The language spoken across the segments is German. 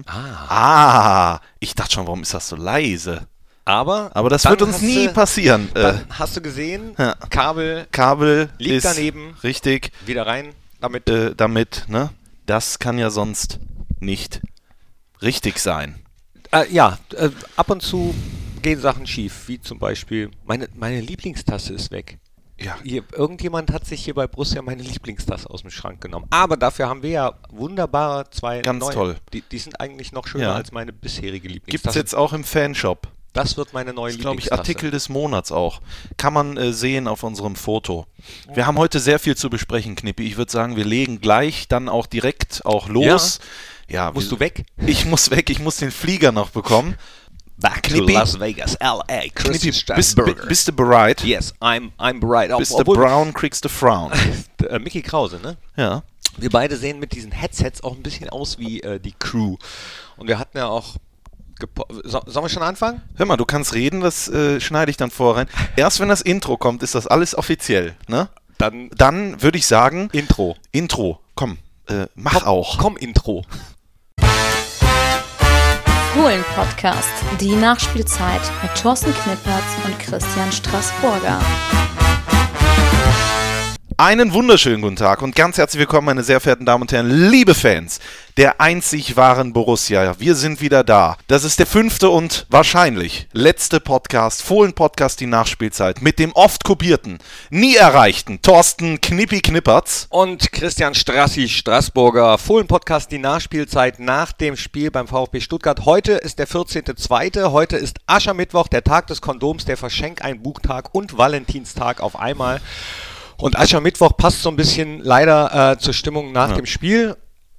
Ah, Hm? Ah, ich dachte schon, warum ist das so leise? aber, Aber das Dann wird uns hast nie du- passieren. Äh, dann hast du gesehen, ja. Kabel Kabel liegt ist daneben, richtig wieder rein, damit äh, damit, ne? Das kann ja sonst nicht richtig sein. Äh, ja, äh, ab und zu gehen Sachen schief, wie zum Beispiel meine, meine Lieblingstasse ist weg. Ja. Hier, irgendjemand hat sich hier bei Borussia meine Lieblingstasse aus dem Schrank genommen. Aber dafür haben wir ja wunderbare zwei Ganz neue. toll. Die, die sind eigentlich noch schöner Ja. als meine bisherige Gibt es Lieblingstasse. jetzt auch im Fanshop. das wird meine neue Ist, glaube ich, Lieblingstasse. Artikel des Monats auch. Kann man äh, sehen auf unserem Foto. Wir haben heute sehr viel zu besprechen, Knippi. Ich würde sagen, wir legen gleich dann auch direkt auch los. Ja, Musst wir- du weg? Ich muss weg, ich muss den Flieger noch bekommen. Back to Knippi. Las Vegas, L.A., Knippi, bist, bi- bist du bereit? Yes, I'm, I'm bright. Bist du brown, kriegst du frown. äh, Mickey Krause, ne? Ja. Wir beide sehen mit diesen Headsets auch ein bisschen aus wie äh, die Crew. Und wir hatten ja auch. gepo- So, sollen wir schon anfangen? Hör mal, du kannst reden, das äh, schneide ich dann vorher rein. Erst wenn das Intro kommt, ist das alles offiziell. Ne? Dann Dann würde ich sagen, Intro. Intro, komm, äh, mach auch. Komm, Intro. Fohlen Podcast, die Nachspielzeit mit Thorsten Knippertz und Christian Straßburger. Einen wunderschönen guten Tag und ganz herzlich willkommen, meine sehr verehrten Damen und Herren, liebe Fans der einzig wahren Borussia. Wir sind wieder da. Das ist der fünfte und wahrscheinlich letzte Podcast, Fohlen-Podcast, die Nachspielzeit, mit dem oft kopierten, nie erreichten Thorsten Knippi Knippertz. Und Christian Strassi, Straßburger, Fohlen-Podcast, die Nachspielzeit nach dem Spiel beim VfB Stuttgart. Heute ist der 14.02., heute ist Aschermittwoch, der Tag des Kondoms, der Verschenk ein Buchtag und Valentinstag auf einmal. Und Aschermittwoch passt so ein bisschen leider äh, zur Stimmung nach dem Spiel.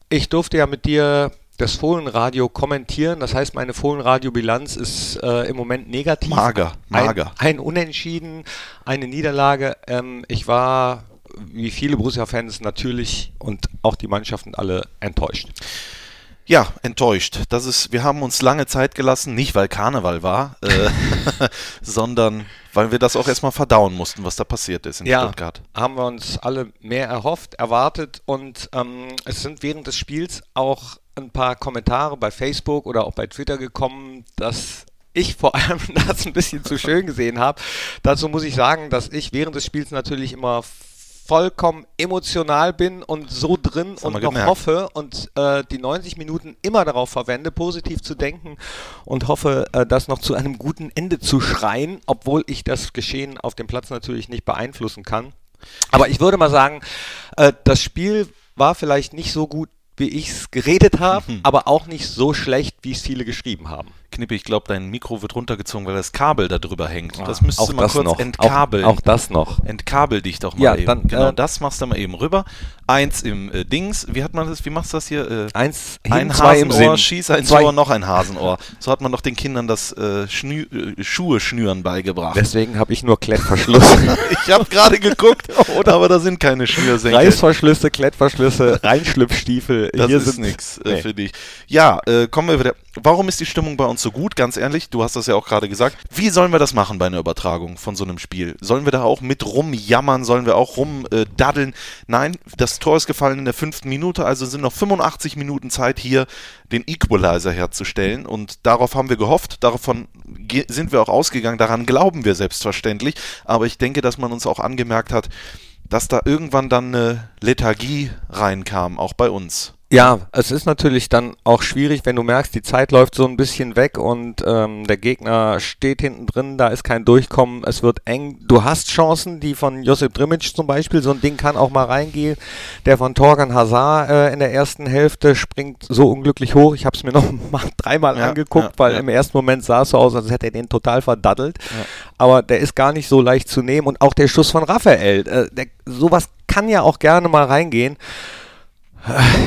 Ich durfte ja mit dir das Fohlenradio kommentieren, das heißt, meine Fohlenradio-Bilanz ist äh, im Moment negativ. Mager, mager. Ein, ein Unentschieden, eine Niederlage. Ähm, ich war, wie viele Borussia-Fans natürlich und auch die Mannschaften alle enttäuscht. Ja, enttäuscht. Das ist, wir haben uns lange Zeit gelassen, nicht weil Karneval war, äh, sondern weil wir das auch erstmal verdauen mussten, was da passiert ist in Stuttgart. haben wir uns alle mehr erhofft, erwartet und ähm, es sind während des Spiels auch ein paar Kommentare bei Facebook oder auch bei Twitter gekommen, dass ich vor allem das ein bisschen zu schön gesehen habe. Dazu muss ich sagen, dass ich während des Spiels natürlich immer vollkommen emotional bin und so drin haben und noch wir gemerkt. hoffe, hoffe und äh, die 90 Minuten immer darauf verwende, positiv zu denken und hoffe, äh, das noch zu einem guten Ende zu schreien, obwohl ich das Geschehen auf dem Platz natürlich nicht beeinflussen kann. Aber ich würde mal sagen, äh, das Spiel war vielleicht nicht so gut, wie ich es geredet habe, Mhm. aber auch nicht so schlecht, wie es viele geschrieben haben. Knippe, ich glaube, dein Mikro wird runtergezogen, weil das Kabel da drüber hängt. Ah, Ah. das müsstest du mal kurz entkabeln. Auch, auch das noch. Entkabel dich doch mal Ja, eben. dann, genau, äh, das machst du mal eben rüber. Eins im äh, Dings. Wie hat man das? Wie machst du das hier? Äh, Eins, hin, ein zwei im Hasenohr, Sinn. schieß ein Zwei- Tor, noch ein Hasenohr. So hat man doch den Kindern das äh, Schnü äh, Schuhe schnüren beigebracht. Deswegen habe ich nur Klettverschluss. ich habe gerade geguckt, oder? aber da sind keine Schnürsenkel. Reißverschlüsse, Klettverschlüsse, Reinschlüpfstiefel. das hier ist sind- nichts äh, Nee. für dich. Ja, äh, kommen wir wieder. Warum ist die Stimmung bei uns so gut? Ganz ehrlich, du hast das ja auch gerade gesagt. Wie sollen wir das machen bei einer Übertragung von so einem Spiel? Sollen wir da auch mit rumjammern? Sollen wir auch rumdaddeln? Äh, daddeln? Nein, das Tor ist gefallen in der fünften Minute, also sind noch 85 Minuten Zeit hier, den Equalizer herzustellen. Und darauf haben wir gehofft, davon ge- sind wir auch ausgegangen, daran glauben wir selbstverständlich. Aber ich denke, dass man uns auch angemerkt hat, dass da irgendwann dann eine Lethargie reinkam, auch bei uns. Ja, es ist natürlich dann auch schwierig, wenn du merkst, die Zeit läuft so ein bisschen weg und ähm, der Gegner steht hinten drin, da ist kein Durchkommen, es wird eng. Du hast Chancen, die von Josip Drimic zum Beispiel, so ein Ding kann auch mal reingehen. Der von Torgan Hazard äh, in der ersten Hälfte springt so unglücklich hoch. Ich habe es mir noch mal dreimal Ja, angeguckt, ja, weil ja. im ersten Moment sah es so aus, als hätte er den total verdaddelt. Aber der ist gar nicht so leicht zu nehmen und auch der Schuss von Raphael, äh, der, sowas kann ja auch gerne mal reingehen.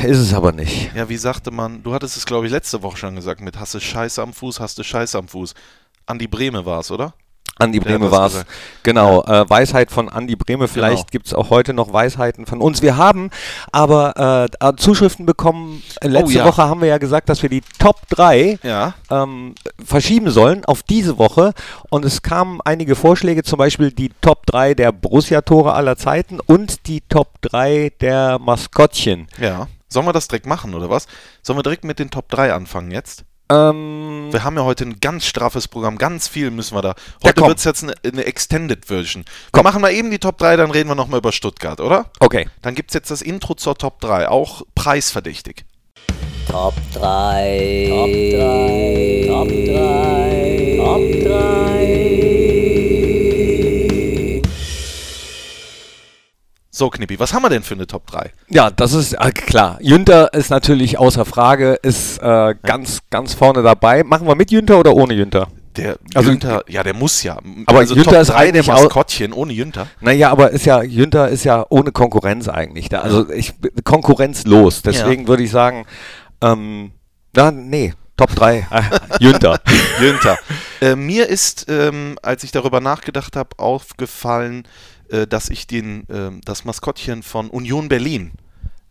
Ist es aber nicht. Ja, wie sagte man, du hattest es, glaube ich, letzte Woche schon gesagt, mit hast du Scheiße am Fuß, hast du Scheiße am Fuß. Andi Breme war es, oder? Andi Der hat Breme das war's. gesagt. Genau, äh, Weisheit von Andi Breme. Vielleicht Genau. gibt's auch heute noch Weisheiten von uns. Wir haben aber äh, äh, Zuschriften bekommen. Äh, Letzte Oh ja. Woche haben wir ja gesagt, dass wir die Top 3 Ja. ähm, verschieben sollen auf diese Woche. Und es kamen einige Vorschläge, zum Beispiel die Top 3 der Borussia-Tore aller Zeiten und die Top 3 der Maskottchen. Ja. Sollen wir das direkt machen oder was? Sollen wir direkt mit den Top 3 anfangen jetzt? Ähm, Wir haben ja heute ein ganz straffes Programm, ganz viel müssen wir da. Heute komm. wird es jetzt eine, eine Extended Version. Wir Komm. machen mal eben die Top 3, dann reden wir nochmal über Stuttgart, oder? okay. Dann gibt es jetzt das Intro zur Top 3, auch preisverdächtig. Top 3. Top 3. Top 3. Top 3. So, Knippi, was haben wir denn für eine Top 3? Ja, das ist äh, klar. Jünter ist natürlich außer Frage, ist äh, ganz, ganz vorne dabei. Machen wir mit Jünter oder ohne Jünter? Der Also- Jünter, ja, der muss ja. Also Aber Jünter ist der eigentlich auch- Maskottchen ohne Jünter. Naja, aber ist ja, Jünter ist ja ohne Konkurrenz eigentlich. Da, also ich konkurrenzlos. Deswegen würde ich sagen, ähm, na, nee, Top 3. Jünter. Jünter. äh, mir ist, ähm, als ich darüber nachgedacht habe, aufgefallen, äh, dass ich den, ähm, das Maskottchen von Union Berlin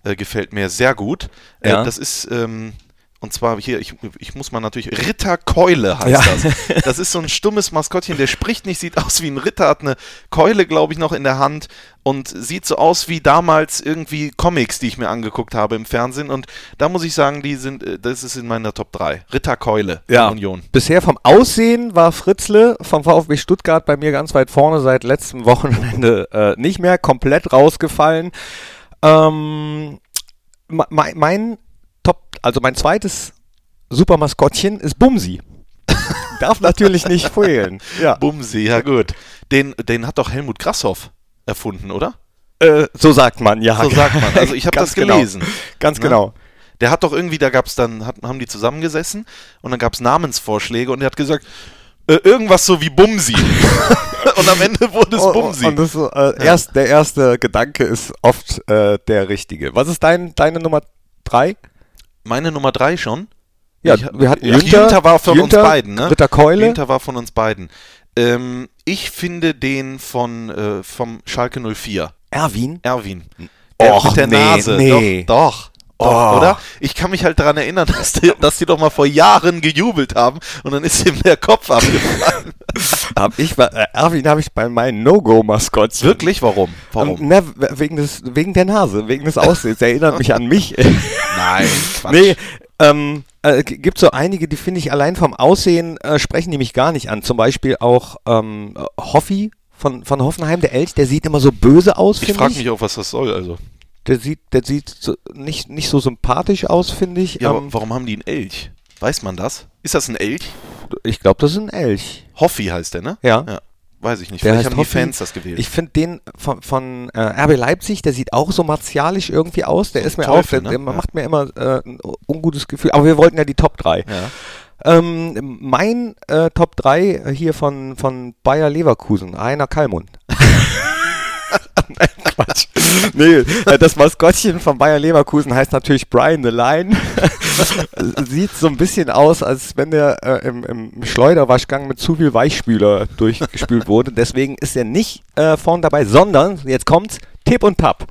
äh, gefällt mir sehr gut. Äh, Ja. Das ist, ähm, und zwar hier, ich, ich muss mal natürlich, Ritter Keule heißt Ja. das. Das ist so ein stummes Maskottchen, der spricht nicht, sieht aus wie ein Ritter, hat eine Keule, glaube ich, noch in der Hand und sieht so aus wie damals irgendwie Comics, die ich mir angeguckt habe im Fernsehen. Und da muss ich sagen, die sind, äh, das ist in meiner Top 3. Ritter Keule, von Union. Bisher vom Aussehen war Fritzle vom VfB Stuttgart bei mir ganz weit vorne seit letztem Wochenende äh, nicht mehr, komplett rausgefallen. Ähm, me- mein, mein Top, also mein zweites Supermaskottchen ist Bumsi. Darf natürlich nicht fehlen. Ja. Bumsi, ja gut. Den, den hat doch Helmut Grasshoff erfunden, oder? Äh, so sagt man, ja. So sagt man. Also ich habe Ganz das genau. gelesen. Ganz Ne? genau. Der hat doch irgendwie, da gab's dann, hat, haben die zusammengesessen und dann gab's Namensvorschläge und er hat gesagt, äh, irgendwas so wie Bumsi. und am Ende wurde es Oh, oh, Bumsi. Und das, äh, erst, der erste Gedanke ist oft äh, der richtige. Was ist dein, deine Nummer drei? Meine Nummer drei schon. Ja, Ich- wir hatten Ach, Jünter, Jünter war von Jünter, uns beiden, ne? Ritter Keule. Jünter war von uns beiden. Ähm, ich finde den von äh, vom Schalke 04. Erwin? Erwin. Der Och, mit der nee, Nase. nee. Doch, doch. doch Oh. Oder? Ich kann mich halt daran erinnern, dass die, dass die doch mal vor Jahren gejubelt haben und dann ist ihm der Kopf abgefallen. Hab ich, bei- äh, Erwin habe ich bei meinen No-Go-Maskottchen. Wirklich? Warum? Warum? Ähm, na, we- wegen, des, wegen der Nase, wegen des Aussehens. Erinnert mich an mich. Nein, Quatsch. nee, ähm, äh, g- gibt so einige, die finde ich allein vom Aussehen äh, sprechen die mich gar nicht an. Zum Beispiel auch ähm, äh, Hoffi von, von Hoffenheim, der Elch, der sieht immer so böse aus, Ich finde frage mich auch, was das soll. Also. Der sieht, der sieht so, nicht, nicht so sympathisch aus, finde ich. Ja, ähm, aber warum haben die einen Elch? Weiß man das? Ist das ein Elch? ich glaube, das ist ein Elch. Hoffi heißt der, ne? Ja. Weiß ich nicht. Der Vielleicht heißt haben Hoffi. die Fans das gewählt. Ich finde den von, von äh, RB Leipzig, der sieht auch so martialisch irgendwie aus. Der ist mir auch, Teufel, der, der ne? Ja. macht mir immer äh, ein ungutes Gefühl. Aber wir wollten ja die Top 3. ja. Ähm, mein äh, Top 3 hier von, von Bayer Leverkusen, Rainer Kallmund. Nein, Quatsch. Nee, äh, das Maskottchen von Bayer Leverkusen heißt natürlich Brian the Lion. Sieht so ein bisschen aus, als wenn der äh, im, im Schleuderwaschgang mit zu viel Weichspüler durchgespült wurde. Deswegen ist er nicht äh, vorne dabei, sondern, jetzt kommt's, Tipp und Tap.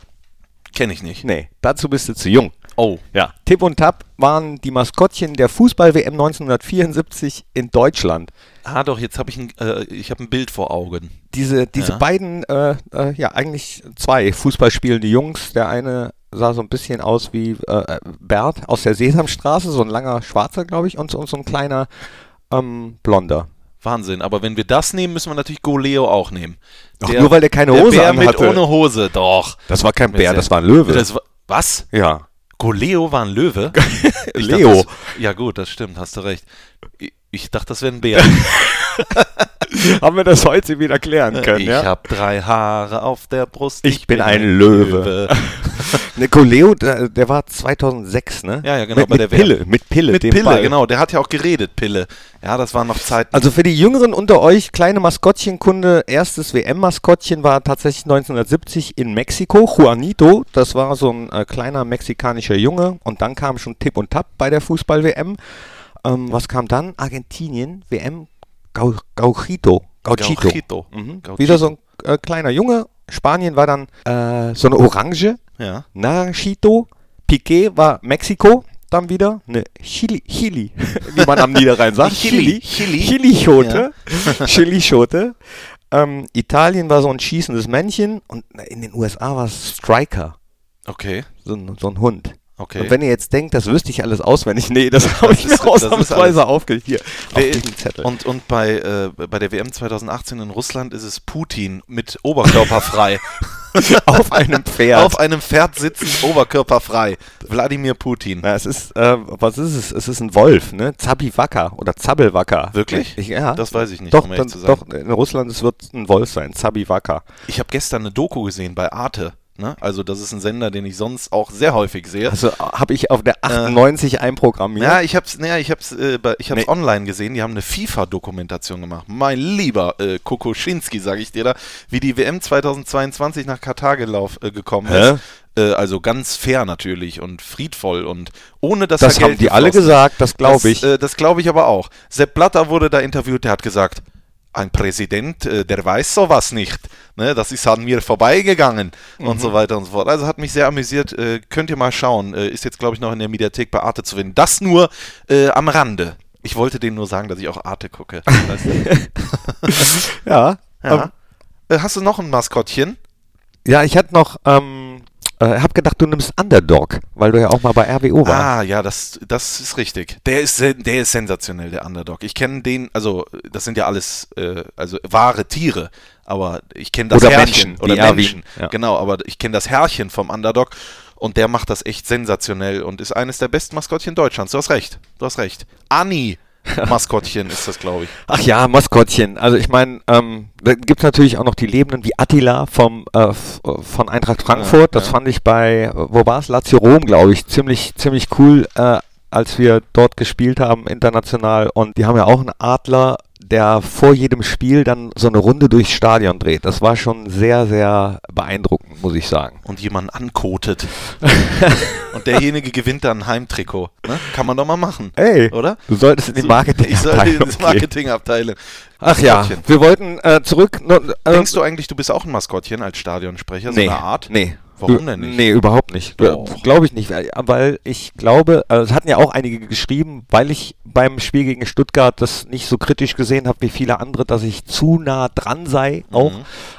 Kenne ich nicht. Nee, dazu bist du zu jung. Oh. Ja. Tipp und Tap waren die Maskottchen der Fußball-WM 1974 in Deutschland. Ah, doch, jetzt habe ich, ein, äh, ich hab ein Bild vor Augen. Diese, diese Ja. beiden, äh, äh, ja, eigentlich zwei Fußball spielende Jungs. Der eine sah so ein bisschen aus wie äh, Bert aus der Sesamstraße, so ein langer Schwarzer, glaube ich, und so, und so ein kleiner ähm, Blonder. Wahnsinn. Aber wenn wir das nehmen, müssen wir natürlich Goleo auch nehmen. Doch, nur weil der keine Hose der Bär mit anhatte. ohne Hose, doch. Das war kein Bär, das war ein Löwe. Das war, was? ja. Goleo war ein Löwe? Ich dachte, Leo. das- ja gut, das stimmt, hast du recht. Ich, ich dachte, das wäre ein Bär. Haben wir das heute wieder klären können, Äh, ich ja? habe drei Haare auf der Brust. Ich bin ein Löwe. Nicoleo, der, der war 2006, ne? Ja, ja, genau, Mit, bei mit der Pille, WM. mit Pille, Mit dem Pille, Ball. genau. Der hat ja auch geredet, Pille. Ja, das waren noch Zeiten. Also für die Jüngeren unter euch, kleine Maskottchenkunde, erstes WM-Maskottchen war tatsächlich 1970 in Mexiko, Juanito, das war so ein äh, kleiner mexikanischer Junge und dann kam schon Tipp und Tap bei der Fußball-WM. Ähm, was kam dann? Argentinien, WM, Gau Gauchito. Gauchito. Gauchito. Mhm. Gauchito. Wieder so ein äh, kleiner Junge. Spanien war dann äh, so eine Orange, Ja. Narchito, Piquet war Mexiko, dann wieder eine Chili, Chili wie man am Niederrhein sagt. Chili, Chili, Chili-Schote. Chili-Schote. Ähm, Italien war so ein schießendes Männchen und in den USA war es Striker, Okay. so ein, so ein Hund. Okay. Und wenn ihr jetzt denkt, das wüsste ich alles auswendig, nee, das habe ist- ich mir das ist alles. ausnahmsweise aufgeschrieben. Hier, Der- auf diesem Zettel. Und, und bei, äh, bei der WM 2018 in Russland ist es Putin mit Oberkörper frei. auf einem Pferd. Auf einem Pferd sitzend, Oberkörper frei. Wladimir Putin. Na, es ist, äh, was ist es? Es ist ein Wolf, ne? Zabiwaka oder Zabbelwaka. Wirklich? Ich, ja. Das weiß ich nicht, doch, um ehrlich dann, zu sein. doch, in Russland es wird ein Wolf sein, Zabiwaka. Ich habe gestern eine Doku gesehen bei Arte. Ne? Also das ist ein Sender, den ich sonst auch sehr häufig sehe. Also habe ich auf Äh. der 98 einprogrammiert. Ja, ich hab's, naja, ich hab's, äh, bei- ich hab's Nee. online gesehen, die haben eine FIFA-Dokumentation gemacht. Mein lieber äh, Kokoschinski, sage ich dir da, wie die WM 2022 nach Katar gelauf, äh, gekommen Hä? ist. Äh, also ganz fair natürlich und friedvoll und ohne dass das da haben Geld die alle geflossen ist. gesagt, das glaube ich. Das, äh, das glaube ich aber auch. Sepp Blatter wurde da interviewt, der hat gesagt, ein Präsident, äh, der weiß sowas nicht. Ne, das ist an mir vorbeigegangen und so weiter und so fort. Also hat mich sehr amüsiert. Äh, könnt ihr mal schauen. Äh, ist jetzt, glaube ich, noch in der Mediathek bei Arte zu finden. Das nur äh, am Rande. Ich wollte denen nur sagen, dass ich auch Arte gucke. Weißt du? ja. ja. Ähm, Äh, Hast du noch ein Maskottchen? ja, ich hatte noch, ähm, äh, habe gedacht, du nimmst Underdog, weil du ja auch mal bei RWO warst. Ah, ja, das, das ist richtig. Der ist, sen- der ist sensationell, der Underdog. Ich kenne den, also das sind ja alles äh, also wahre Tiere, aber ich kenne das Oder Herrchen Menschen, oder wie Erwin, Menschen. ja. Genau, aber ich kenne das Herrchen vom Underdog und der macht das echt sensationell und ist eines der besten Maskottchen Deutschlands. Du hast recht, du hast recht. Anni Maskottchen ist das, glaube ich. Ach ja, Maskottchen. Also ich meine, ähm, da gibt es natürlich auch noch die Lebenden wie Attila vom, äh, f- äh, von Eintracht Frankfurt. Das ja. fand ich bei, äh, wo war es? Lazio Rom, glaube ich, ziemlich, ziemlich cool, äh, als wir dort gespielt haben international. Und die haben ja auch einen Adler, der vor jedem Spiel dann so eine Runde durchs Stadion dreht. Das war schon sehr, sehr beeindruckend, muss ich sagen. Und jemanden ankotet. und derjenige gewinnt dann ein Heimtrikot. Ne? Kann man doch mal machen. Ey, Oder? Du solltest in die So, Marketing. Ich sollte in die Marketingabteilung. Ach ja, Maskottchen. wir wollten äh, zurück. nur, äh, Denkst du eigentlich, du bist auch ein Maskottchen als Stadionsprecher, so eine Art? Nee. Warum denn nicht? Nee, überhaupt nicht. Doch. Glaube ich nicht, weil- weil ich glaube, also es hatten ja auch einige geschrieben, weil ich beim Spiel gegen Stuttgart das nicht so kritisch gesehen habe wie viele andere, dass ich zu nah dran sei Mhm. auch.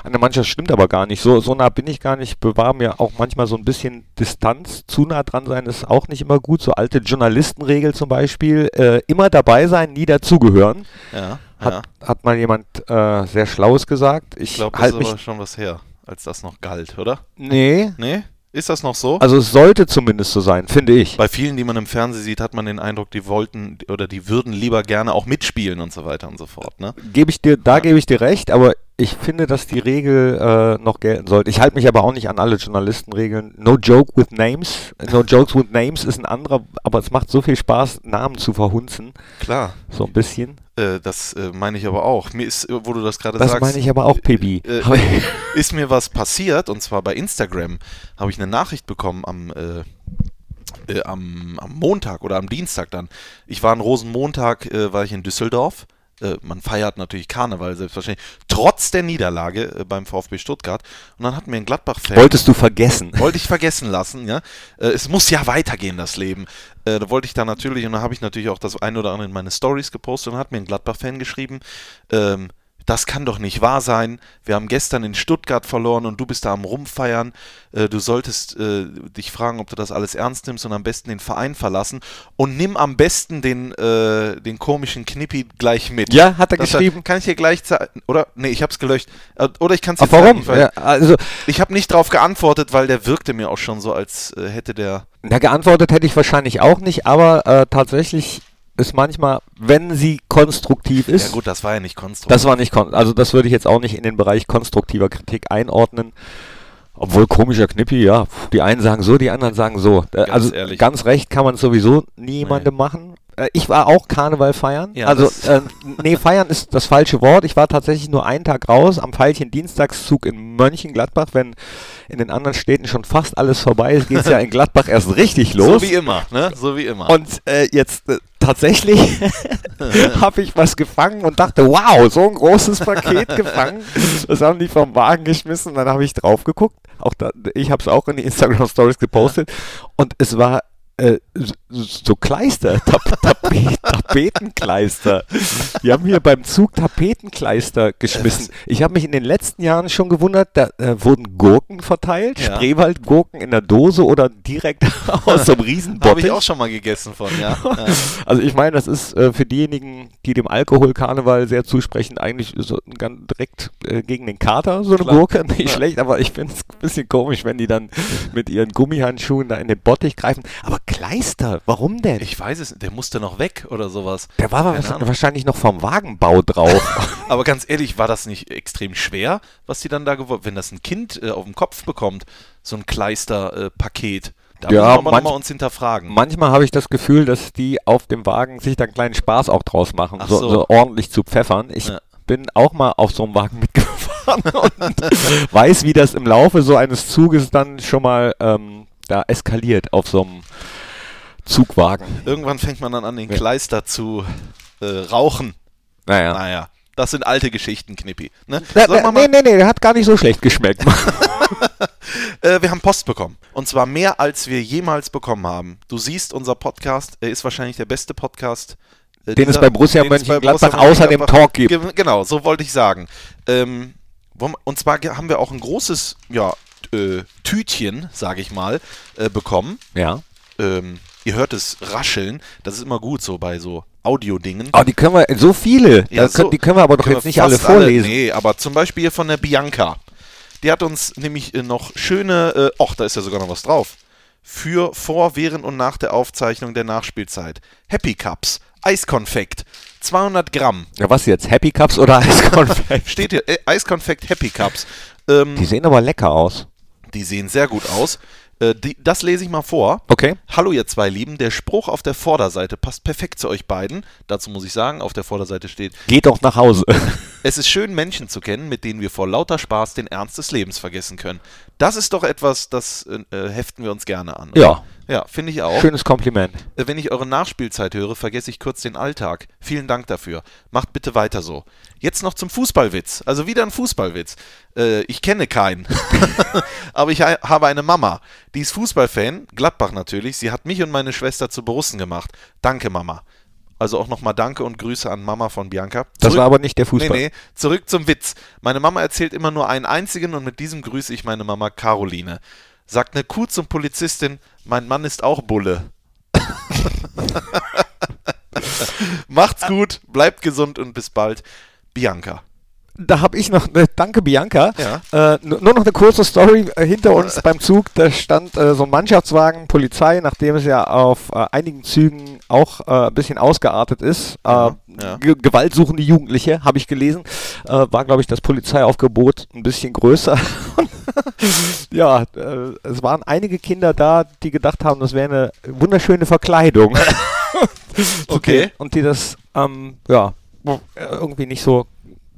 An der Mannschaft stimmt aber gar nicht. So, so nah bin ich gar nicht. Ich bewahre mir auch manchmal so ein bisschen Distanz. Zu nah dran sein ist auch nicht immer gut. So alte Journalistenregel zum Beispiel. Äh, immer dabei sein, nie dazugehören. Ja, ja. Hat, hat mal jemand äh, sehr Schlaues gesagt. Ich, Ich glaube, das halt ist mich. aber schon was her, als das noch galt, oder? Nee. Nee? Ist das noch so? Also es sollte zumindest so sein, finde ich. Bei vielen, die man im Fernsehen sieht, hat man den Eindruck, die wollten oder die würden lieber gerne auch mitspielen und so weiter und so fort. Ne? Gebe ich dir, da gebe ich dir recht, aber ich finde, dass die Regel äh, noch gelten sollte. Ich halte mich aber auch nicht an alle Journalistenregeln. No joke with names. No jokes with names ist ein anderer, aber es macht so viel Spaß, Namen zu verhunzen. Klar, So ein bisschen. äh, das äh, meine ich aber auch. Mir ist, äh, wo du das gerade Das sagst, meine ich aber auch, Pebi. äh, Aber- ist mir was passiert und zwar bei Instagram habe ich eine Nachricht bekommen am, äh, äh, am, am Montag oder am Dienstag dann. Ich war an Rosenmontag, äh, war ich in Düsseldorf. Äh, Man feiert natürlich Karneval, selbstverständlich, trotz der Niederlage äh, beim VfB Stuttgart. Und dann hat mir ein Gladbach-Fan Wolltest du vergessen? wollte ich vergessen lassen, ja. Äh, Es muss ja weitergehen, das Leben. Äh, Da wollte ich da natürlich, und da habe ich natürlich auch das ein oder andere in meine Stories gepostet und hat mir ein Gladbach-Fan geschrieben, ähm, das kann doch nicht wahr sein. Wir haben gestern in Stuttgart verloren und du bist da am Rumfeiern. Äh, Du solltest äh, dich fragen, ob du das alles ernst nimmst und am besten den Verein verlassen. Und nimm am besten den, äh, den komischen Knippi gleich mit. Ja, hat er Das geschrieben. Kann ich hier gleich zeigen? Oder? Nee, ich habe es gelöscht. Äh, Oder ich kann es Ach, warum? Ja, also, ich habe nicht drauf geantwortet, weil der wirkte mir auch schon so, als äh, hätte der. na, geantwortet hätte ich wahrscheinlich auch nicht, aber äh, tatsächlich ist manchmal, wenn sie konstruktiv ist, Ja gut, das war ja nicht konstruktiv. Das war nicht, kon also das würde ich jetzt auch nicht in den Bereich konstruktiver Kritik einordnen. Obwohl komischer Knippi, ja. Puh, Die einen sagen so, die anderen sagen so. Äh, Ganz also ehrlich. ganz recht kann man sowieso niemandem machen. Äh, Ich war auch Karneval feiern. Ja, also das- äh, nee, feiern ist das falsche Wort. Ich war tatsächlich nur einen Tag raus am Veilchen Dienstagszug in Mönchengladbach. Wenn in den anderen Städten schon fast alles vorbei ist, geht es ja in Gladbach erst richtig los. so wie immer, ne? So wie immer. Und äh, jetzt äh, tatsächlich habe ich was gefangen und dachte, wow, so ein großes Paket gefangen. Das haben die vom Wagen geschmissen. Dann habe ich drauf geguckt. Auch da, ich habe es auch in die Instagram Stories gepostet. Und es war äh, so- so Kleister, Tap Tapet, Tapetenkleister. Die haben hier beim Zug Tapetenkleister geschmissen. Ich habe mich in den letzten Jahren schon gewundert, da äh, wurden Gurken verteilt, Ja. Spreewaldgurken in der Dose oder direkt aus so einem Habe ich Riesenbottich. auch schon mal gegessen von, ja. ja. Also ich meine, das ist äh, für diejenigen, die dem Alkoholkarneval sehr zusprechen, eigentlich so ein ganz direkt äh, gegen den Kater so eine Gurke. Nicht schlecht, aber ich finde es ein bisschen komisch, wenn die dann mit ihren Gummihandschuhen da in den Bottich greifen. Aber Kleister, warum denn? Ich weiß es, der musste noch weg oder sowas. der war Keine wahrscheinlich- Ahnung. wahrscheinlich noch vom Wagenbau drauf. Aber ganz ehrlich, war das nicht extrem schwer, was die dann da gewollt Wenn das ein Kind äh, auf dem Kopf bekommt, so ein Kleisterpaket, äh, Paket, da Ja, müssen wir aber manch- nochmal uns hinterfragen. Manchmal habe ich das Gefühl, dass die auf dem Wagen sich da einen kleinen Spaß auch draus machen, Ach so. so. So, ordentlich zu pfeffern. Ich Ja. bin auch mal auf so einem Wagen mitgefahren und weiß, wie das im Laufe so eines Zuges dann schon mal ähm, da eskaliert auf so einem Zugwagen. Irgendwann fängt man dann an, den Kleister zu äh, rauchen. Naja. Naja, das sind alte Geschichten, Knippi. Ne? Na, Sollen wir na, mal nee, nee, nee, der hat gar nicht so schlecht geschmeckt. Äh, wir haben Post bekommen. Und zwar mehr, als wir jemals bekommen haben. Du siehst, unser Podcast äh, ist wahrscheinlich der beste Podcast. äh, Den es bei Borussia den es bei Mönchengladbach Borussia außer dem Mönchengladbach- Talk gibt. Ge- Genau, so wollte ich sagen. Ähm, wollen wir- und zwar ge- haben wir auch ein großes ja, äh, Tütchen, sage ich mal, äh, bekommen. ja. Ähm, ihr hört es rascheln. Das ist immer gut so bei so Audiodingen. Oh, die können wir, so viele. Ja, Da können, so- die können wir aber doch können jetzt wir nicht alle fast vorlesen. nee, aber zum Beispiel hier von der Bianca. Die hat uns nämlich äh, noch schöne, äh, och, da ist ja sogar noch was drauf. Für, vor, während und nach der Aufzeichnung der Nachspielzeit. Happy Cups, Eiskonfekt, 200 Gramm. Ja, was jetzt? Happy Cups oder Eiskonfekt? Steht hier, äh, Eiskonfekt, Happy Cups. Ähm, die sehen aber lecker aus. die sehen sehr gut aus. Äh, die, das lese ich mal vor. Okay. Hallo ihr zwei Lieben, der Spruch auf der Vorderseite passt perfekt zu euch beiden. Dazu muss ich sagen, auf der Vorderseite steht, Geht doch nach Hause. Es ist schön, Menschen zu kennen, mit denen wir vor lauter Spaß den Ernst des Lebens vergessen können. Das ist doch etwas, das äh, äh, heften wir uns gerne an. Ja. Ja, finde ich auch. Schönes Kompliment. Äh, Wenn ich eure Nachspielzeit höre, vergesse ich kurz den Alltag. Vielen Dank dafür. Macht bitte weiter so. Jetzt noch zum Fußballwitz. Also wieder ein Fußballwitz. Äh, ich kenne keinen. Aber ich ha- habe eine Mama. Die ist Fußballfan, Gladbach natürlich. Sie hat mich und meine Schwester zu Borussen gemacht. Danke, Mama. Also auch nochmal Danke und Grüße an Mama von Bianca. Das Zurück- war aber nicht der Fußball. Nee, nee, zurück zum Witz. Meine Mama erzählt immer nur einen einzigen und mit diesem grüße ich meine Mama Caroline. Sagt eine Kuh zum Polizistin, mein Mann ist auch Bulle. Macht's gut, bleibt gesund und bis bald. Bianca. Da habe ich noch, ne, danke Bianca, Ja. äh, nur nur noch eine kurze Story äh, hinter uns beim Zug. Da stand äh, so ein Mannschaftswagen, Polizei, nachdem es ja auf äh, einigen Zügen auch äh, ein bisschen ausgeartet ist. Äh, Ja, Mhm, ja. ge- Gewaltsuchende Jugendliche, habe ich gelesen, äh, war, glaube ich, das Polizeiaufgebot ein bisschen größer. ja, äh, es waren einige Kinder da, die gedacht haben, das wäre eine wunderschöne Verkleidung. Okay. Und die das, ähm, ja, irgendwie nicht so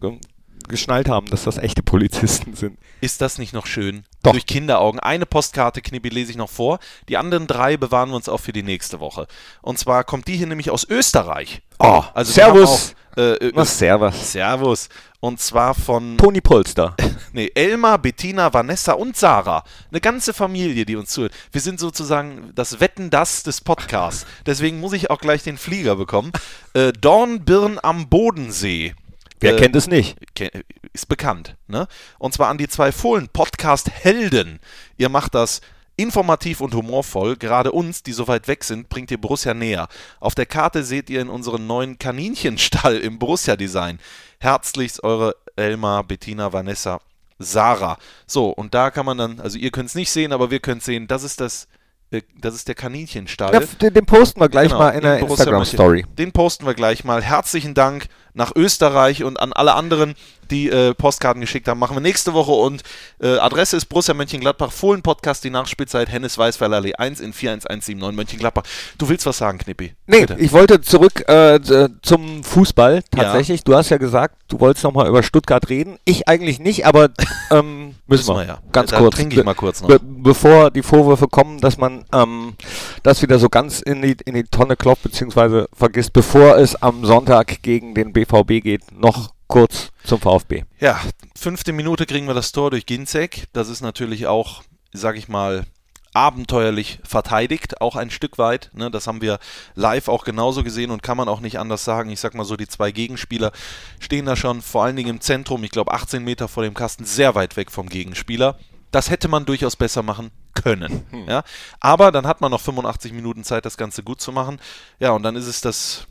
ähm, geschnallt haben, dass das echte Polizisten sind. Ist das nicht noch schön? Doch. Durch Kinderaugen. Eine Postkarte, Knippi, lese ich noch vor. Die anderen drei bewahren wir uns auch für die nächste Woche. Und zwar kommt die hier nämlich aus Österreich. Also wir Oh, haben Servus. Auch, äh, äh, Was Servus. Servus. Und zwar von Toni Polster. Nee, Elmar, Bettina, Vanessa und Sarah. Eine ganze Familie, die uns zuhört. Wir sind sozusagen das Wetten das des Podcasts. Deswegen muss ich auch gleich den Flieger bekommen. Äh, Dornbirn am Bodensee. Wer Äh, kennt es nicht? ke- Ist bekannt. Ne? Und zwar an die zwei Fohlen. Podcast Helden. Ihr macht das. Informativ und humorvoll, gerade uns, die so weit weg sind, bringt ihr Borussia näher. Auf der Karte seht ihr in unseren neuen Kaninchenstall im Borussia-Design. Herzlichst eure Elmar, Bettina, Vanessa Sarah. So, und da kann man dann, also ihr könnt es nicht sehen, aber wir können es sehen, das ist das, äh, das ist der Kaninchenstall. Ja, f- den, den posten wir gleich Genau, mal in der Borussia Instagram-Story. Mönchen- Den posten wir gleich mal. Herzlichen Dank nach Österreich und an alle anderen, die äh, Postkarten geschickt haben. Machen wir nächste Woche und äh, Adresse ist Borussia Mönchengladbach, Fohlen Podcast, die Nachspielzeit, Hennes Weißweiler Allee 1 in 41179 Mönchengladbach. Du willst was sagen, Knippi? Nee, Bitte. ich wollte zurück äh, z- zum Fußball tatsächlich. Du hast ja gesagt, du wolltest nochmal über Stuttgart reden. Ich eigentlich nicht, aber ähm, müssen Müssen wir. wir ja. Ganz Da kurz. trinke ich Be- mal kurz noch. Be bevor die Vorwürfe kommen, dass man ähm, das wieder so ganz in die, in die Tonne klopft, beziehungsweise vergisst, bevor es am Sonntag gegen den BVB geht, noch kurz zum VfB. Ja, fünfte Minute kriegen wir das Tor durch Ginzek. Das ist natürlich auch, sag ich mal, abenteuerlich verteidigt, auch ein Stück weit. Ne? Das haben wir live auch genauso gesehen und kann man auch nicht anders sagen. Ich sag mal so, die zwei Gegenspieler stehen da schon vor allen Dingen im Zentrum, ich glaube 18 Meter vor dem Kasten, sehr weit weg vom Gegenspieler. Das hätte man durchaus besser machen können. Ja? Aber dann hat man noch 85 Minuten Zeit, das Ganze gut zu machen. Ja, und dann ist es das,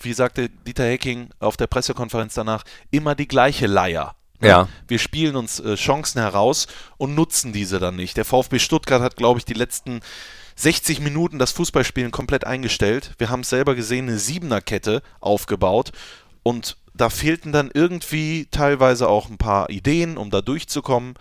wie sagte Dieter Hecking auf der Pressekonferenz danach, immer die gleiche Leier. Ne? Ja. Wir spielen uns äh, Chancen heraus und nutzen diese dann nicht. Der VfB Stuttgart hat, glaube ich, die letzten 60 Minuten das Fußballspielen komplett eingestellt. Wir haben es selber gesehen, eine Siebener-Kette aufgebaut und da fehlten dann irgendwie teilweise auch ein paar Ideen, um da durchzukommen.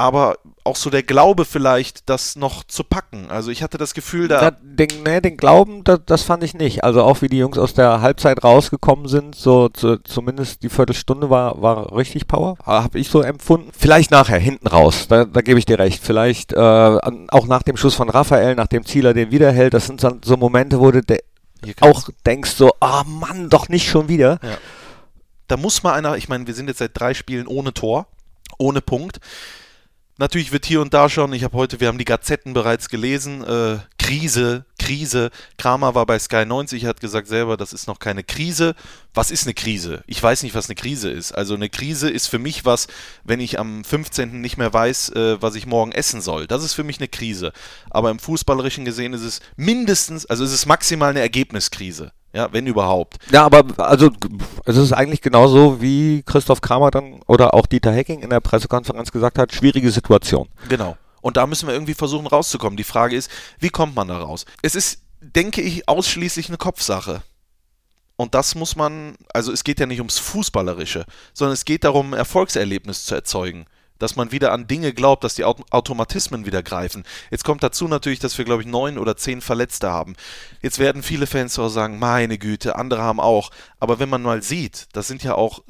Aber auch so der Glaube vielleicht, das noch zu packen. Also ich hatte das Gefühl, da Da, den, ne, den Glauben, da, das fand ich nicht. Also auch wie die Jungs aus der Halbzeit rausgekommen sind, so zu, zumindest die Viertelstunde war, war richtig Power, habe ich so empfunden. Vielleicht nachher, hinten raus, da, da gebe ich dir recht. Vielleicht äh, an, auch nach dem Schuss von Raphael, nach dem Zieler, den wiederhält, das sind dann so Momente, wo du de Hier kann- auch denkst so, ah Mann, doch nicht schon wieder. da muss mal einer, ich meine, wir sind jetzt seit drei Spielen ohne Tor, ohne Punkt. Natürlich wird hier und da schon, ich habe heute, wir haben die Gazetten bereits gelesen, äh, Krise, Krise. Kramer war bei Sky 90, hat gesagt selber, das ist noch keine Krise. Was ist eine Krise? Ich weiß nicht, was eine Krise ist. Also eine Krise ist für mich was, wenn ich am 15. nicht mehr weiß, äh, was ich morgen essen soll. Das ist für mich eine Krise. Aber im Fußballerischen gesehen ist es mindestens, also ist es ist maximal eine Ergebniskrise. Ja, wenn überhaupt. Ja, aber also es ist eigentlich genauso, wie Christoph Kramer dann oder auch Dieter Hecking in der Pressekonferenz gesagt hat, schwierige Situation. Genau. Und da müssen wir irgendwie versuchen rauszukommen. Die Frage ist, wie kommt man da raus? Es ist, denke ich, ausschließlich eine Kopfsache. Und das muss man, also es geht ja nicht ums Fußballerische, sondern es geht darum, ein Erfolgserlebnis zu erzeugen. Dass man wieder an Dinge glaubt, dass die Aut Automatismen wieder greifen. Jetzt kommt dazu natürlich, dass wir, glaube ich, neun oder zehn Verletzte haben. Jetzt werden viele Fans auch sagen, meine Güte, andere haben auch. Aber wenn man mal sieht, das sind ja auch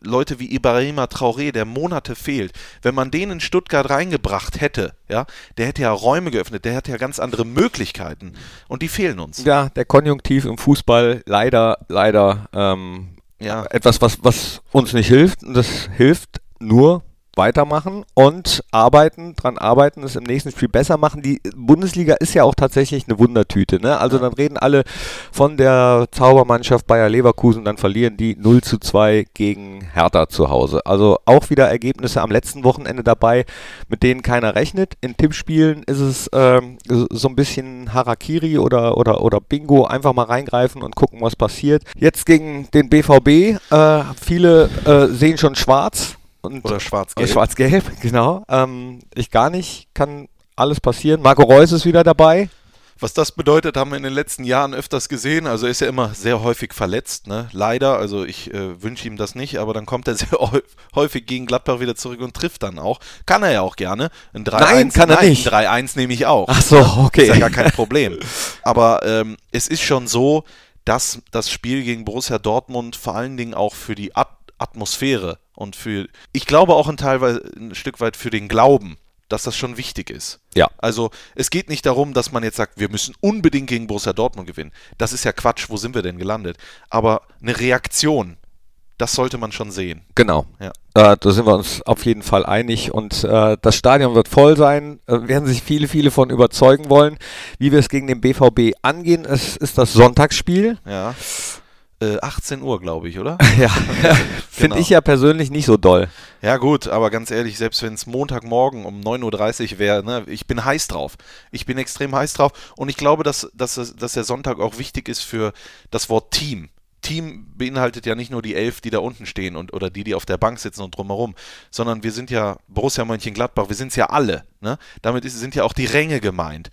Leute wie Ibrahima Traoré, der Monate fehlt. Wenn man den in Stuttgart reingebracht hätte, ja, der hätte ja Räume geöffnet, der hätte ja ganz andere Möglichkeiten. Und die fehlen uns. Ja, der Konjunktiv im Fußball leider, leider ähm, Ja. etwas, was, was uns nicht hilft. Und das hilft nur weitermachen und arbeiten, dran arbeiten, es im nächsten Spiel besser machen. Die Bundesliga ist ja auch tatsächlich eine Wundertüte. Ne? Also dann reden alle von der Zaubermannschaft Bayer Leverkusen, dann verlieren die 0 zu 2 gegen Hertha zu Hause. Also auch wieder Ergebnisse am letzten Wochenende dabei, mit denen keiner rechnet. In Tippspielen ist es ähm, so so ein bisschen Harakiri oder, oder, oder Bingo, einfach mal reingreifen und gucken, was passiert. Jetzt gegen den BVB, äh, viele äh, sehen schon schwarz. Und Oder äh, schwarz-gelb. Schwarz-Gelb, genau. Ähm, ich gar nicht, kann alles passieren. Marco Reus ist wieder dabei. Was das bedeutet, haben wir in den letzten Jahren öfters gesehen. Also er ist ja immer sehr häufig verletzt, ne? Leider, also ich äh, wünsche ihm das nicht, aber dann kommt er sehr häu- häufig gegen Gladbach wieder zurück und trifft dann auch. Kann er ja auch gerne. Ein 3-1, Nein, kann er nicht. Ein 3-1 nehme ich auch. Ach so, Ist ja okay. gar kein Problem. Aber ähm, es ist schon so, dass das Spiel gegen Borussia Dortmund vor allen Dingen auch für die At Atmosphäre und für, ich glaube auch ein, teilweise, ein Stück weit für den Glauben, dass das schon wichtig ist. Ja. Also es geht nicht darum, dass man jetzt sagt, wir müssen unbedingt gegen Borussia Dortmund gewinnen. Das ist ja Quatsch, wo sind wir denn gelandet? Aber eine Reaktion, das sollte man schon sehen. Genau. Ja. Äh, da sind wir uns auf jeden Fall einig und äh, das Stadion wird voll sein, äh, werden sich viele, viele von überzeugen wollen. Wie wir es gegen den BVB angehen, es ist das Sonntagsspiel. Ja. Äh, 18 Uhr, glaube ich, oder? Ja, finde Genau. ich ja persönlich nicht so doll. Ja gut, aber ganz ehrlich, selbst wenn es Montagmorgen um 9.30 Uhr wäre, ne, ich bin heiß drauf. Ich bin extrem heiß drauf und ich glaube, dass, dass, es- dass der Sonntag auch wichtig ist für das Wort Team. Team beinhaltet ja nicht nur die elf, die da unten stehen und oder die, die auf der Bank sitzen und drumherum, sondern wir sind ja Borussia Mönchengladbach, wir sind es ja alle. Ne? Damit ist, sind ja auch die Ränge gemeint.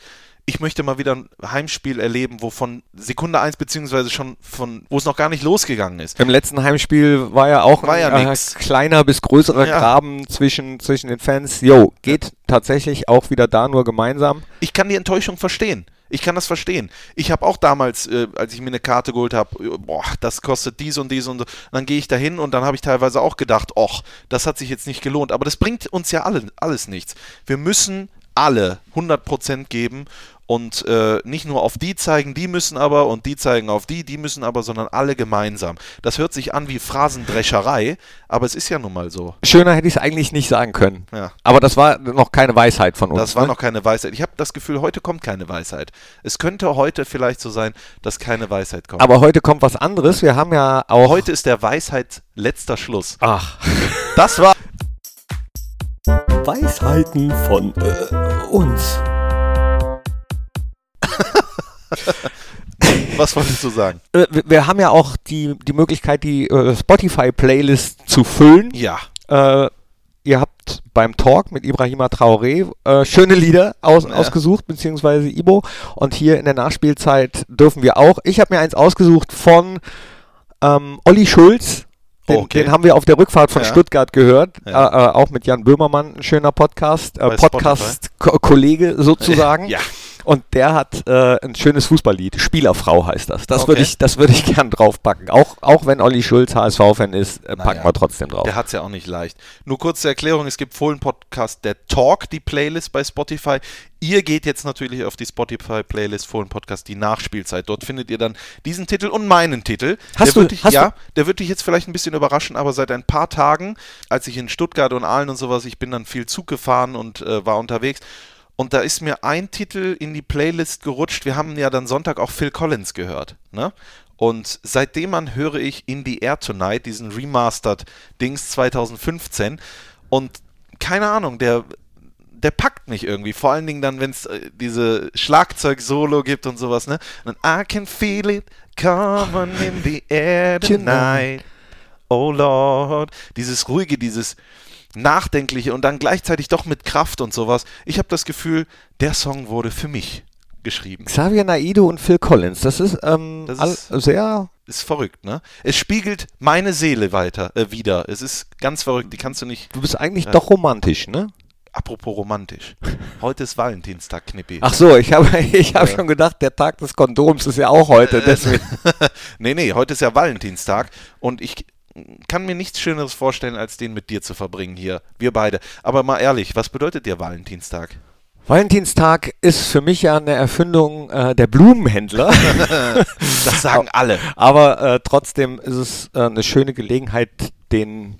Ich möchte mal wieder ein Heimspiel erleben, wo von Sekunde eins beziehungsweise schon von, wo es noch gar nicht losgegangen ist. Im letzten Heimspiel war ja auch War ja ein äh, nix. kleiner bis größerer Ja. Graben zwischen, zwischen den Fans. Jo, geht tatsächlich auch wieder da nur gemeinsam. Ich kann die Enttäuschung verstehen. Ich kann das verstehen. Ich habe auch damals, äh, als ich mir eine Karte geholt habe, äh, boah, das kostet dies und dies und so. Und dann gehe ich da hin und dann habe ich teilweise auch gedacht, och, das hat sich jetzt nicht gelohnt. Aber das bringt uns ja alle, alles nichts. Wir müssen alle 100% geben und äh, nicht nur auf die zeigen, die müssen aber und die zeigen auf die, die müssen aber, sondern alle gemeinsam. Das hört sich an wie Phrasendrescherei, aber es ist ja nun mal so. Schöner hätte ich es eigentlich nicht sagen können. Ja. Aber das war noch keine Weisheit von uns. Das war ne? noch keine Weisheit. Ich habe das Gefühl, heute kommt keine Weisheit. Es könnte heute vielleicht so sein, dass keine Weisheit kommt. Aber heute kommt was anderes. Wir haben ja auch. heute ist der Weisheit letzter Schluss. Ach. Das war Weisheiten von äh, uns. Was wolltest du sagen? Äh, wir- wir haben ja auch die, die Möglichkeit, die äh, Spotify-Playlist zu füllen. Ja. Äh, ihr habt beim Talk mit Ibrahima Traoré äh, schöne Lieder aus, ausgesucht, beziehungsweise Ibo. Und hier in der Nachspielzeit dürfen wir auch. Ich habe mir eins ausgesucht von ähm, Olli Schulz. Den, Oh, okay. den haben wir auf der Rückfahrt von Ja. Stuttgart gehört. Ja. Äh, äh, auch mit Jan Böhmermann, ein schöner Podcast. Äh, Bei Spotify. Podcast-Kollege sozusagen. Ja. Und der hat äh, ein schönes Fußballlied. Spielerfrau heißt das. Das Okay. würde ich, das würde ich gern draufpacken. Auch, auch wenn Olli Schulz HSV-Fan ist, äh, packen ja. wir trotzdem drauf. Der hat es ja auch nicht leicht. Nur kurze Erklärung: Es gibt Fohlen-Podcast, der Talk, die Playlist bei Spotify. Ihr geht jetzt natürlich auf die Spotify-Playlist Fohlen-Podcast, die Nachspielzeit. Dort findet ihr dann diesen Titel und meinen Titel. Hast der du- wird dich, hast ja, du- der wird dich jetzt vielleicht ein bisschen überraschen, aber seit ein paar Tagen, als ich in Stuttgart und Aalen und sowas, ich bin dann viel Zug gefahren und äh, war unterwegs. Und da ist mir ein Titel in die Playlist gerutscht. Wir haben ja dann Sonntag auch Phil Collins gehört. Ne? Und seitdem an höre ich In the Air Tonight, diesen Remastered-Dings 2015. Und keine Ahnung, der, der packt mich irgendwie. Vor allen Dingen dann, wenn es äh, diese Schlagzeug-Solo gibt und sowas. Ne? Und dann, I can feel it coming in the air tonight. Oh Lord. Dieses ruhige, dieses nachdenkliche und dann gleichzeitig doch mit Kraft und sowas. Ich habe das Gefühl, der Song wurde für mich geschrieben. Xavier Naido und Phil Collins. Das ist, ähm, Das all- ist- sehr. Ist verrückt, ne? Es spiegelt meine Seele weiter äh, wieder. Es ist ganz verrückt. Die kannst du nicht. Du bist eigentlich Ja. doch romantisch, ne? Apropos romantisch. Heute ist Valentinstag, Knippi. Ach so, ich habe ich hab schon gedacht, der Tag des Kondoms ist ja auch Äh. heute. Deswegen. nee, nee, heute ist ja Valentinstag und ich kann mir nichts Schöneres vorstellen, als den mit dir zu verbringen hier. Wir beide. Aber mal ehrlich, was bedeutet dir Valentinstag? Valentinstag ist für mich ja eine Erfindung äh, der Blumenhändler. Das sagen alle. Aber äh, trotzdem ist es äh, eine schöne Gelegenheit, den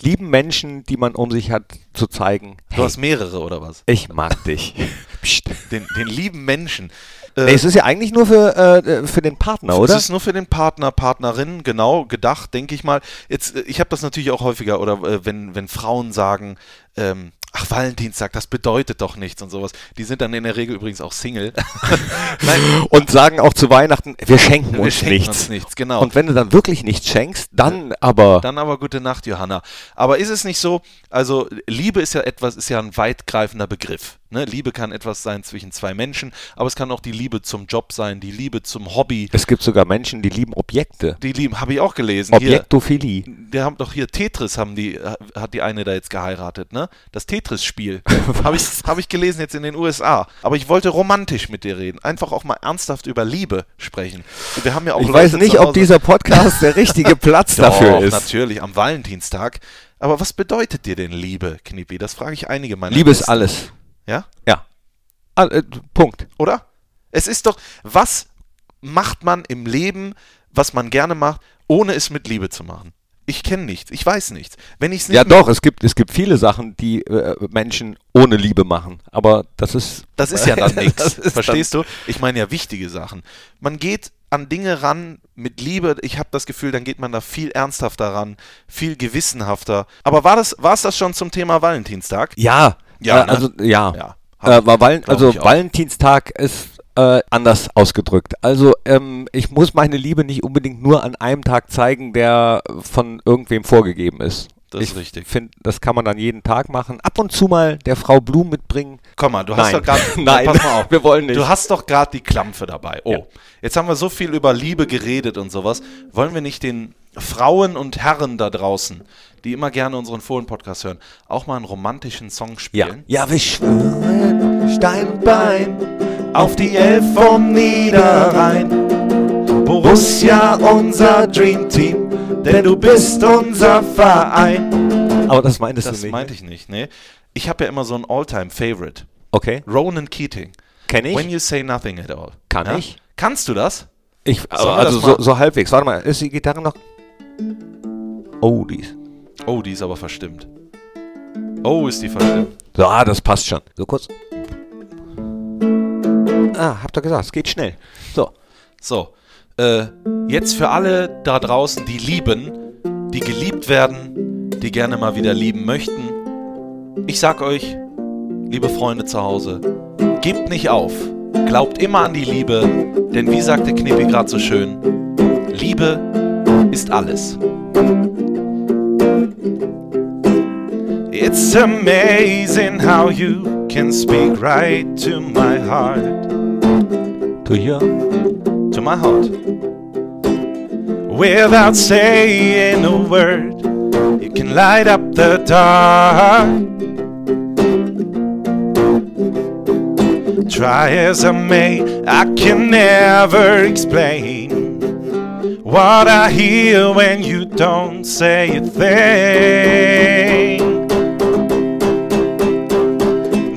lieben Menschen, die man um sich hat, zu zeigen, Du hey, hast mehrere oder was? ich mag dich. Psst. Den, den lieben Menschen. Äh, Nee, es ist ja eigentlich nur für, äh, für den Partner, oder? Das ist nur für den Partner, Partnerin, genau, gedacht, denke ich mal. Jetzt, äh, ich habe das natürlich auch häufiger, oder äh, wenn, wenn Frauen sagen, ähm, ach, Valentinstag, das bedeutet doch nichts und sowas. Die sind dann in der Regel übrigens auch Single. Nein, Und sagen auch zu Weihnachten, wir schenken, wir uns, schenken nichts. uns nichts, genau. Und wenn du dann wirklich nichts schenkst, dann aber Dann aber gute Nacht, Johanna. Aber ist es nicht so, also Liebe ist ja etwas, ist ja ein weitgreifender Begriff. Ne? Liebe kann etwas sein zwischen zwei Menschen, aber es kann auch die Liebe zum Job sein, die Liebe zum Hobby. es gibt sogar Menschen, die lieben Objekte. Die Lieben, habe ich auch gelesen. Hier, Objektophilie. der haben doch hier Tetris haben die hat die eine da jetzt geheiratet, ne? Das Tetris Spiel habe ich habe ich gelesen jetzt in den USA, aber ich wollte romantisch mit dir reden, einfach auch mal ernsthaft über Liebe sprechen. Wir haben ja auch Ich Leute weiß nicht, zu ob Hause- dieser Podcast der richtige Platz dafür Doch, ist. natürlich am Valentinstag, aber was bedeutet dir denn Liebe, Knippi? Das frage ich einige meiner Liebe ist Gäste. alles. Ja? Ja. Ah, äh, Punkt. oder? Es ist doch, was macht man im Leben, was man gerne macht, ohne es mit Liebe zu machen? Ich kenne nichts, ich weiß nichts. Wenn ich es nicht Ja, doch, es gibt, es gibt viele Sachen, die äh, Menschen ohne Liebe machen. Aber das ist. Das ist ja dann nichts. Das ist Verstehst du? Ich meine ja wichtige Sachen. Man geht an Dinge ran mit Liebe. Ich habe das Gefühl, dann geht man da viel ernsthafter ran, viel gewissenhafter. Aber war das, war es das schon zum Thema Valentinstag? Ja. Ja, äh, ne? also, ja. Ja. Äh, war Valen Glaub also, ich auch. Valentinstag ist äh, anders ausgedrückt. Also, ähm, ich muss meine Liebe nicht unbedingt nur an einem Tag zeigen, der von irgendwem vorgegeben ist. Das ich ist richtig. Find, das kann man dann jeden Tag machen. Ab und zu mal der Frau Blumen mitbringen. Komm mal, du hast Nein. doch gerade. Nein, pass mal auf. wir wollen nicht. Du hast doch gerade die Klampfe dabei. Oh, jetzt haben wir so viel über Liebe geredet und sowas. Wollen wir nicht den Frauen und Herren da draußen, die immer gerne unseren Fohlen-Podcast hören, auch mal einen romantischen Song Ja. spielen? Ja, wir schwören Steinbein. auf die Elf vom Niederrhein. Borussia, unser Dream Team, denn du bist unser Verein. Aber das meintest Das du nicht. meinte ich nicht, ne? Ich habe ja immer so ein All-Time-Favorite. Okay. Ronan Keating. Kenn ich. When you say nothing at all. Kann ich? Kannst du das? ich Sollen aber wir also das mal- so, so halbwegs. Warte mal, ist die Gitarre noch. Oh, die ist. Oh, die ist aber verstimmt. Oh, ist die verstimmt. So, ah, das passt schon. So kurz. Ah, hab doch gesagt, es geht schnell. So. So. Äh, jetzt für alle da draußen, die lieben, die geliebt werden, die gerne mal wieder lieben möchten. Ich sag euch, liebe Freunde zu Hause, gebt nicht auf. Glaubt immer an die Liebe, denn wie sagte Knippi gerade so schön, Liebe ist alles. It's amazing how you can speak right to my heart. Du hier. to my heart. Without saying a word, you can light up the dark. Try as I may, I can never explain what I hear when you don't say a thing.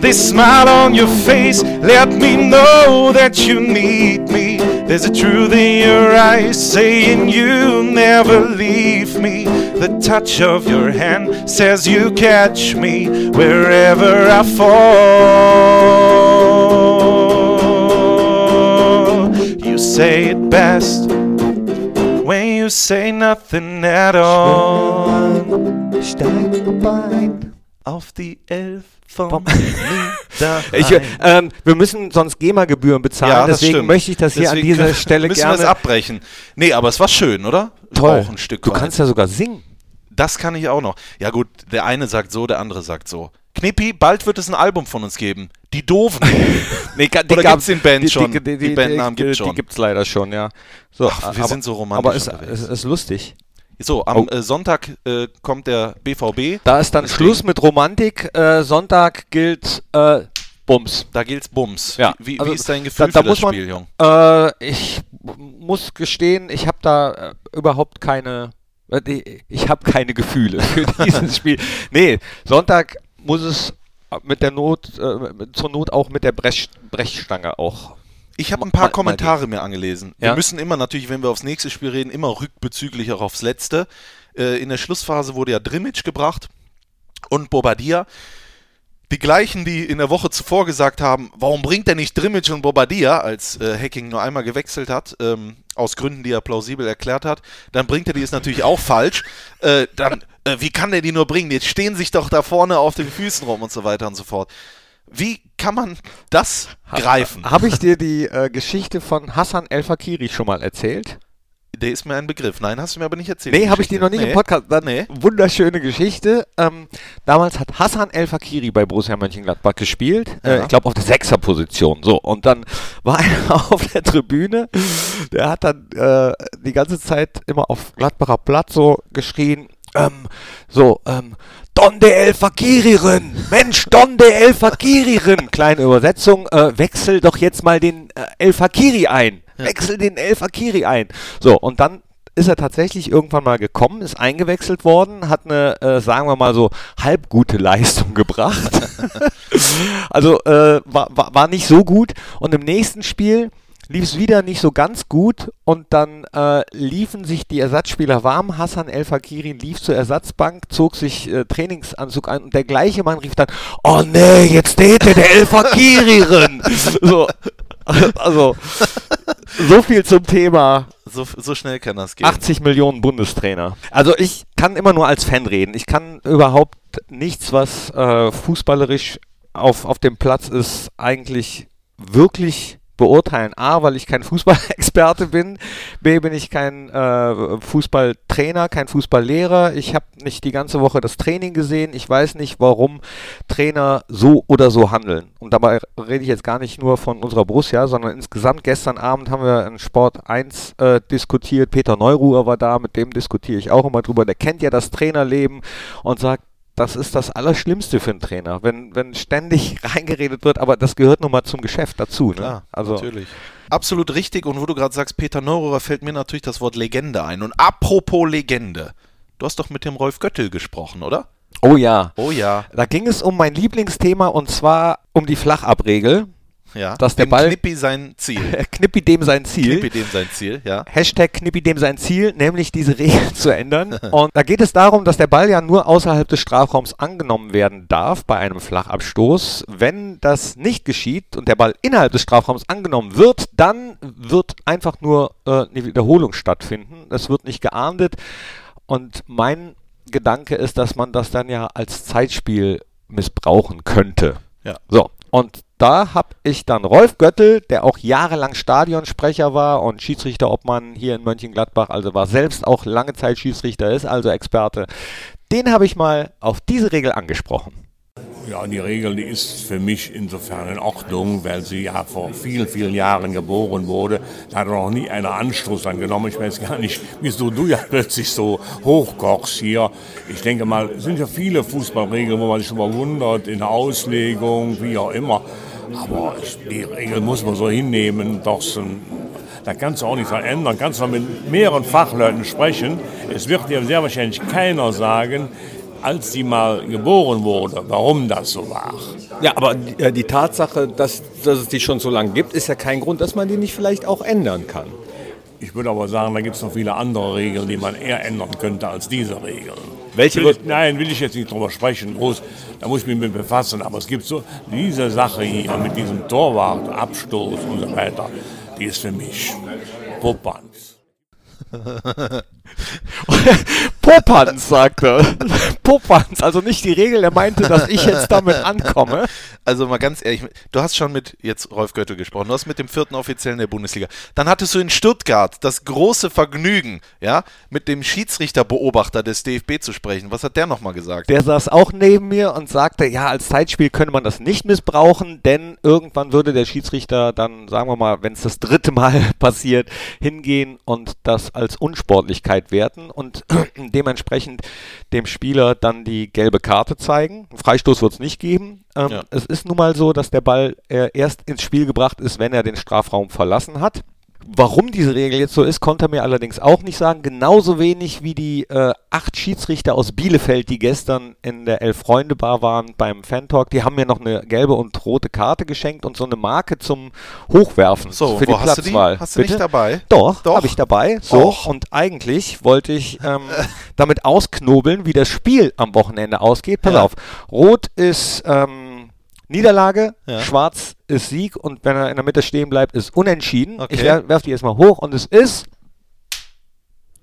This smile on your face, let me know that you need me. There's a truth in your eyes saying you'll never leave me. The touch of your hand says you catch me wherever I fall. You say it best when you say nothing at all. Steig Bein. Auf die Elf vom Vom- Ich, ähm, wir müssen sonst GEMA-Gebühren bezahlen, Ja, das deswegen stimmt. möchte ich das hier Deswegen an dieser können- Stelle müssen gerne. wir es abbrechen. Nee, aber es war schön, oder? Toll. Auch ein Stück du weit. kannst ja sogar singen. das kann ich auch noch. Ja gut, der eine sagt so, der andere sagt so. Knippi, bald wird es ein Album von uns geben. Die Doofen. Nee, die Oder gibt's den Band schon? Die Bandnamen gibt's Die schon. gibt's leider schon, ja. So, Ach, wir sind so romantisch Aber es ist, unterwegs. ist, ist lustig. so, am Oh. äh, Sonntag äh, kommt der BVB. Da ist dann Deswegen. Schluss mit Romantik. Äh, Sonntag gilt äh, Bums. Da gilt's Bums. Ja, Wie, wie, also wie ist dein Gefühl da- da für muss das man- Spiel, Jung? Äh, ich muss gestehen, ich habe da äh, überhaupt keine. äh, Ich habe keine Gefühle für dieses Spiel. Nee, Sonntag muss es mit der Not, äh, zur Not auch mit der Brech, Brechstange auch. Ich habe ein Ma- paar mal Kommentare mir angelesen. Wir Ja. müssen immer natürlich, wenn wir aufs nächste Spiel reden, immer rückbezüglich auch aufs letzte. Äh, in der Schlussphase wurde ja Drimmitsch gebracht und Bobadilla. Die gleichen, die in der Woche zuvor gesagt haben, warum bringt er nicht Drimmitsch und Bobadilla, als äh, Hacking nur einmal gewechselt hat, ähm, aus Gründen, die er plausibel erklärt hat, dann bringt er die ist natürlich auch falsch. Äh, dann, äh, wie kann der die nur bringen? Jetzt stehen sich doch da vorne auf den Füßen rum und so weiter und so fort. Wie kann man das greifen? Habe ich dir die äh, Geschichte von Hassan El-Fakiri schon mal erzählt? Der ist mir ein Begriff. Nein, hast du mir aber nicht erzählt. Nee, habe ich die noch nicht im Podcast. Dann Nee. Wunderschöne Geschichte. Ähm, damals hat Hassan El-Fakiri bei Borussia Mönchengladbach gespielt. Äh, Ja. ich glaube auf der Sechserposition. So, und dann war einer auf der Tribüne. Der hat dann äh, die ganze Zeit immer auf Gladbacher Platz so geschrien. Ähm, so, ähm, Donde el Fakiririn, Mensch, Donde el Fakiririn. Kleine Übersetzung, äh, wechsel doch jetzt mal den äh, el Fakiri ein. Wechsel den el Fakiri ein. So, und dann ist er tatsächlich irgendwann mal gekommen, ist eingewechselt worden, hat eine, äh, sagen wir mal so, halb gute Leistung gebracht. also äh, war, war, war nicht so gut. Und im nächsten Spiel lief es wieder nicht so ganz gut und dann äh, liefen sich die Ersatzspieler warm. Hassan El Fakiri lief zur Ersatzbank, zog sich äh, Trainingsanzug an und der gleiche Mann rief dann, oh nee, jetzt steht der El Fakiri drin. so, also, so viel zum Thema So, so schnell kann das gehen. Ne? 80 Millionen Bundestrainer. Also ich kann immer nur als Fan reden. Ich kann überhaupt nichts, was äh, fußballerisch auf, auf dem Platz ist, eigentlich wirklich beurteilen. A, weil ich kein Fußballexperte bin. B, bin ich kein äh, Fußballtrainer, kein Fußballlehrer. Ich habe nicht die ganze Woche das Training gesehen. Ich weiß nicht, warum Trainer so oder so handeln. Und dabei rede ich jetzt gar nicht nur von unserer Borussia, sondern insgesamt gestern Abend haben wir in Sport 1 äh, diskutiert. Peter Neuruhr war da, mit dem diskutiere ich auch immer drüber. Der kennt ja das Trainerleben und sagt, das ist das Allerschlimmste für einen Trainer, wenn, wenn ständig reingeredet wird, aber das gehört nun mal zum Geschäft dazu. Ne? Klar, Also, natürlich. Absolut richtig. Und wo du gerade sagst, Peter Neururer, fällt mir natürlich das Wort Legende ein. Und apropos Legende. Du hast doch mit dem Rolf Göttel gesprochen, oder? oh ja. Oh ja. Da ging es um mein Lieblingsthema und zwar um die Flachabregel. ja. Dass der Dem Ball- Knippi sein Ziel. Knippi dem sein Ziel. Knippi dem sein Ziel, ja. Hashtag Knippi dem sein Ziel, nämlich diese Regel zu ändern. Und da geht es darum, dass der Ball ja nur außerhalb des Strafraums angenommen werden darf bei einem Flachabstoß. Wenn das nicht geschieht und der Ball innerhalb des Strafraums angenommen wird, dann wird einfach nur äh, eine Wiederholung stattfinden. Es wird nicht geahndet. Und mein Gedanke ist, dass man das dann ja als Zeitspiel missbrauchen könnte. Ja. So, und da habe ich dann Rolf Göttel, der auch jahrelang Stadionsprecher war und Schiedsrichterobmann hier in Mönchengladbach, also war selbst auch lange Zeit Schiedsrichter, ist also Experte, den habe ich mal auf diese Regel angesprochen. Ja, die Regel die ist für mich insofern in Ordnung, weil sie ja vor vielen, vielen Jahren geboren wurde. Da hat noch nie einer Anstoß angenommen. Ich weiß gar nicht, wieso du ja plötzlich so hochkochst hier. Ich denke mal, es sind ja viele Fußballregeln, wo man sich immer wundert, in der Auslegung, wie auch immer. Aber ich, die Regel muss man so hinnehmen, Thorsten. Da kannst du auch nichts dran ändern. Kannst du mit mehreren Fachleuten sprechen. Es wird dir sehr wahrscheinlich keiner sagen, als sie mal geboren wurde, warum das so war. Ja, aber äh, die Tatsache, dass, dass es die schon so lange gibt, ist ja kein Grund, dass man die nicht vielleicht auch ändern kann. Ich würde aber sagen, da gibt es noch viele andere Regeln, die man eher ändern könnte als diese Regeln. Welche Will ich, wird- nein, will ich jetzt nicht drüber sprechen, groß. Da muss ich mich mit befassen. Aber es gibt so diese Sache hier mit diesem Torwart, Abstoß und so weiter, die ist für mich Popanz. Popanz, sagt er. Popanz, also nicht die Regel, er meinte, dass ich jetzt damit ankomme. Also mal ganz ehrlich, du hast schon mit jetzt Rolf Göttel gesprochen, du hast mit dem vierten Offiziellen der Bundesliga. Dann hattest du in Stuttgart das große Vergnügen, ja, mit dem Schiedsrichterbeobachter des DFB zu sprechen. Was hat der nochmal gesagt? Der saß auch neben mir und sagte, ja, als Zeitspiel könne man das nicht missbrauchen, denn irgendwann würde der Schiedsrichter dann, sagen wir mal, wenn es das dritte Mal passiert, hingehen und das als Unsportlichkeit werten und dementsprechend dem Spieler dann die gelbe Karte zeigen. Einen Freistoß wird es nicht geben. Ähm, Ja. Es ist nun mal so, dass der Ball äh, erst ins Spiel gebracht ist, wenn er den Strafraum verlassen hat. Warum diese Regel jetzt so ist, konnte er mir allerdings auch nicht sagen. Genauso wenig wie die äh, acht Schiedsrichter aus Bielefeld, die gestern in der Elf-Freunde-Bar waren beim Fan-Talk. Die haben mir noch eine gelbe und rote Karte geschenkt und so eine Marke zum Hochwerfen So, für wo die hast du die? Platzwahl. Hast du nicht dabei? Doch, Doch. habe ich dabei. So, Och. und eigentlich wollte ich ähm, damit ausknobeln, wie das Spiel am Wochenende ausgeht. Pass Ja. auf, Rot ist... Ähm, Niederlage, Ja. schwarz ist Sieg und wenn er in der Mitte stehen bleibt, ist unentschieden. Okay. Ich wer- werf die jetzt mal hoch und es ist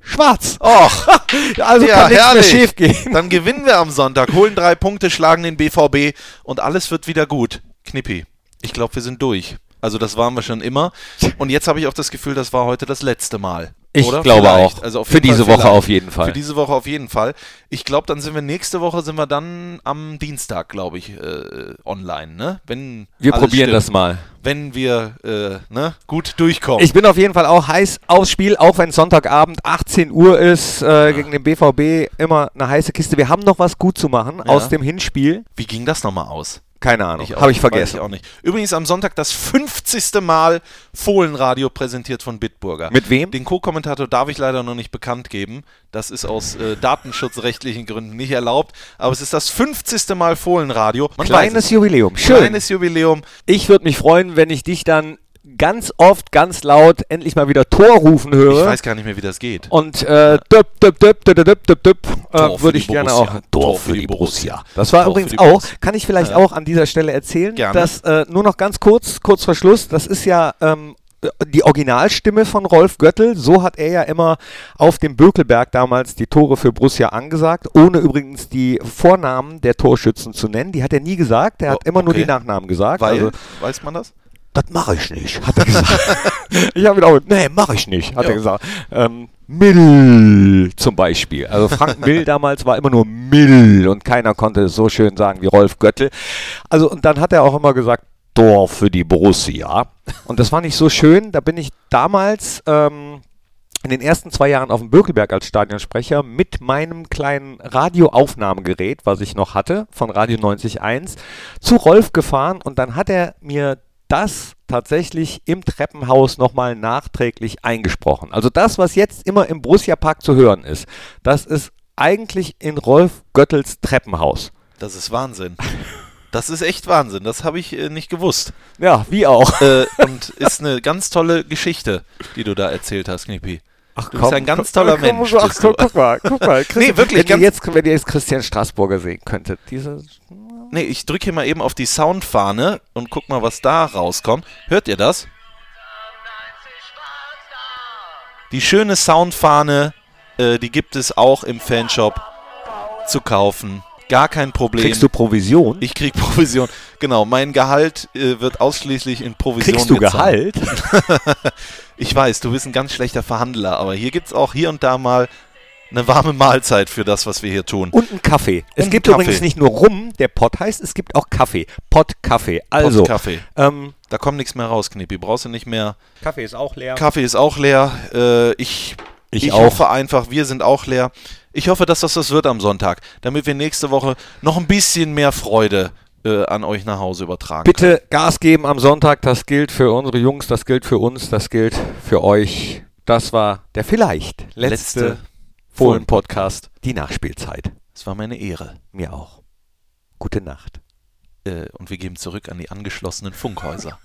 schwarz. Och, Also ja, kann nichts mehr herrlich. schief gehen. Dann gewinnen wir am Sonntag, holen drei Punkte, schlagen den BVB und alles wird wieder gut. Knippi, ich glaube, wir sind durch. Also das waren wir schon immer. Und jetzt habe ich auch das Gefühl, das war heute das letzte Mal. Ich Oder? glaube Vielleicht. auch. Also auf Für jeden Fall diese Woche vielleicht. auf jeden Fall. Für diese Woche auf jeden Fall. Ich glaube, dann sind wir nächste Woche, sind wir dann am Dienstag, glaube ich, äh, online. Ne? Wenn Wir alles probieren stimmt. das mal. Wenn wir äh, ne, gut durchkommen. Ich bin auf jeden Fall auch heiß aufs Spiel, auch wenn Sonntagabend 18 Uhr ist, äh, gegen den BVB immer eine heiße Kiste. Wir haben noch was gut zu machen aus dem Hinspiel. Wie ging das nochmal aus? Keine Ahnung, Ich auch habe ich nicht, weiß vergessen. Ich auch nicht. Übrigens am Sonntag das 50. Mal Fohlenradio präsentiert von Bitburger. Mit wem? Den Co-Kommentator darf ich leider noch nicht bekannt geben. Das ist aus äh, datenschutzrechtlichen Gründen nicht erlaubt. Aber es ist das 50. Mal Fohlenradio. Man weiß Kleines es. Jubiläum. Schön. Kleines Jubiläum. Ich würde mich freuen, wenn ich dich dann ganz oft, ganz laut endlich mal wieder Tor rufen höre. Ich weiß gar nicht mehr, wie das geht. Und äh, düpp, düpp, düpp, düpp, düpp, düpp, düpp, Tor äh, für würde die ich gerne Borussia. auch. Tor für die Borussia. Das war Tor für übrigens die auch, Borussia. kann ich vielleicht auch an dieser Stelle erzählen, Gerne. dass äh, nur noch ganz kurz, kurz vor Schluss, das ist ja ähm, die Originalstimme von Rolf Göttel, so hat er ja immer auf dem Bökelberg damals die Tore für Borussia angesagt, ohne übrigens die Vornamen der Torschützen zu nennen, die hat er nie gesagt, er hat Oh, immer nur okay. die Nachnamen gesagt. Weil, also, weiß man das? das mache ich nicht, hat er gesagt. ich habe ihn auch, nee, mache ich nicht, hat Ja. er gesagt. Ähm, Mill zum Beispiel. Also Frank Mill damals war immer nur Mill und keiner konnte es so schön sagen wie Rolf Göttel. Also und dann hat er auch immer gesagt, Tor für die Borussia. Und das war nicht so schön. Da bin ich damals ähm, in den ersten zwei Jahren auf dem Bökelberg als Stadionsprecher mit meinem kleinen Radioaufnahmegerät, was ich noch hatte, von Radio 91, zu Rolf gefahren und dann hat er mir das tatsächlich im Treppenhaus nochmal nachträglich eingesprochen. Also das, was jetzt immer im Borussia Park zu hören ist, das ist eigentlich in Rolf Göttels Treppenhaus. Das ist Wahnsinn. Das ist echt Wahnsinn. Das habe ich äh, nicht gewusst. Ja, wie auch. Äh, und ist eine ganz tolle Geschichte, die du da erzählt hast, Knippi. Ach, du bist ein ganz komm, toller komm, Mensch. Komm, bist komm, du. guck mal, guck mal. Christian, wirklich, Wenn ganz- ihr, jetzt, wenn ihr jetzt Christian Straßburger sehen könntet. Diese, Nee, ich drücke hier mal eben auf die Soundfahne und guck mal, was da rauskommt. Hört ihr das? Die schöne Soundfahne, äh, die gibt es auch im Fanshop zu kaufen. Gar kein Problem. kriegst du Provision? ich krieg Provision. Genau, mein Gehalt äh, wird ausschließlich in Provision kriegst du gezahlt. Gehalt? Ich weiß, du bist ein ganz schlechter Verhandler, aber hier gibt es auch hier und da mal eine warme Mahlzeit für das, was wir hier tun. Und einen Kaffee. Es Und gibt einen übrigens Kaffee. nicht nur Rum, der Pott heißt, es gibt auch Kaffee. Pott Kaffee. Also, Kaffee. Ähm, Da kommt nichts mehr raus, Knippi. Brauchst du nicht mehr. Kaffee ist auch leer. Kaffee ist auch leer. Äh, ich Ich auch. hoffe einfach, wir sind auch leer. Ich hoffe, dass das das wird am Sonntag, damit wir nächste Woche noch ein bisschen mehr Freude äh, an euch nach Hause übertragen. Bitte Gas geben am Sonntag. Das gilt für unsere Jungs, das gilt für uns, das gilt für euch. Das war der vielleicht letzte, Letzte letzte Fohlen-Podcast. Die Nachspielzeit. Es war meine Ehre. Mir auch. Gute Nacht. Äh, und wir geben zurück an die angeschlossenen Funkhäuser.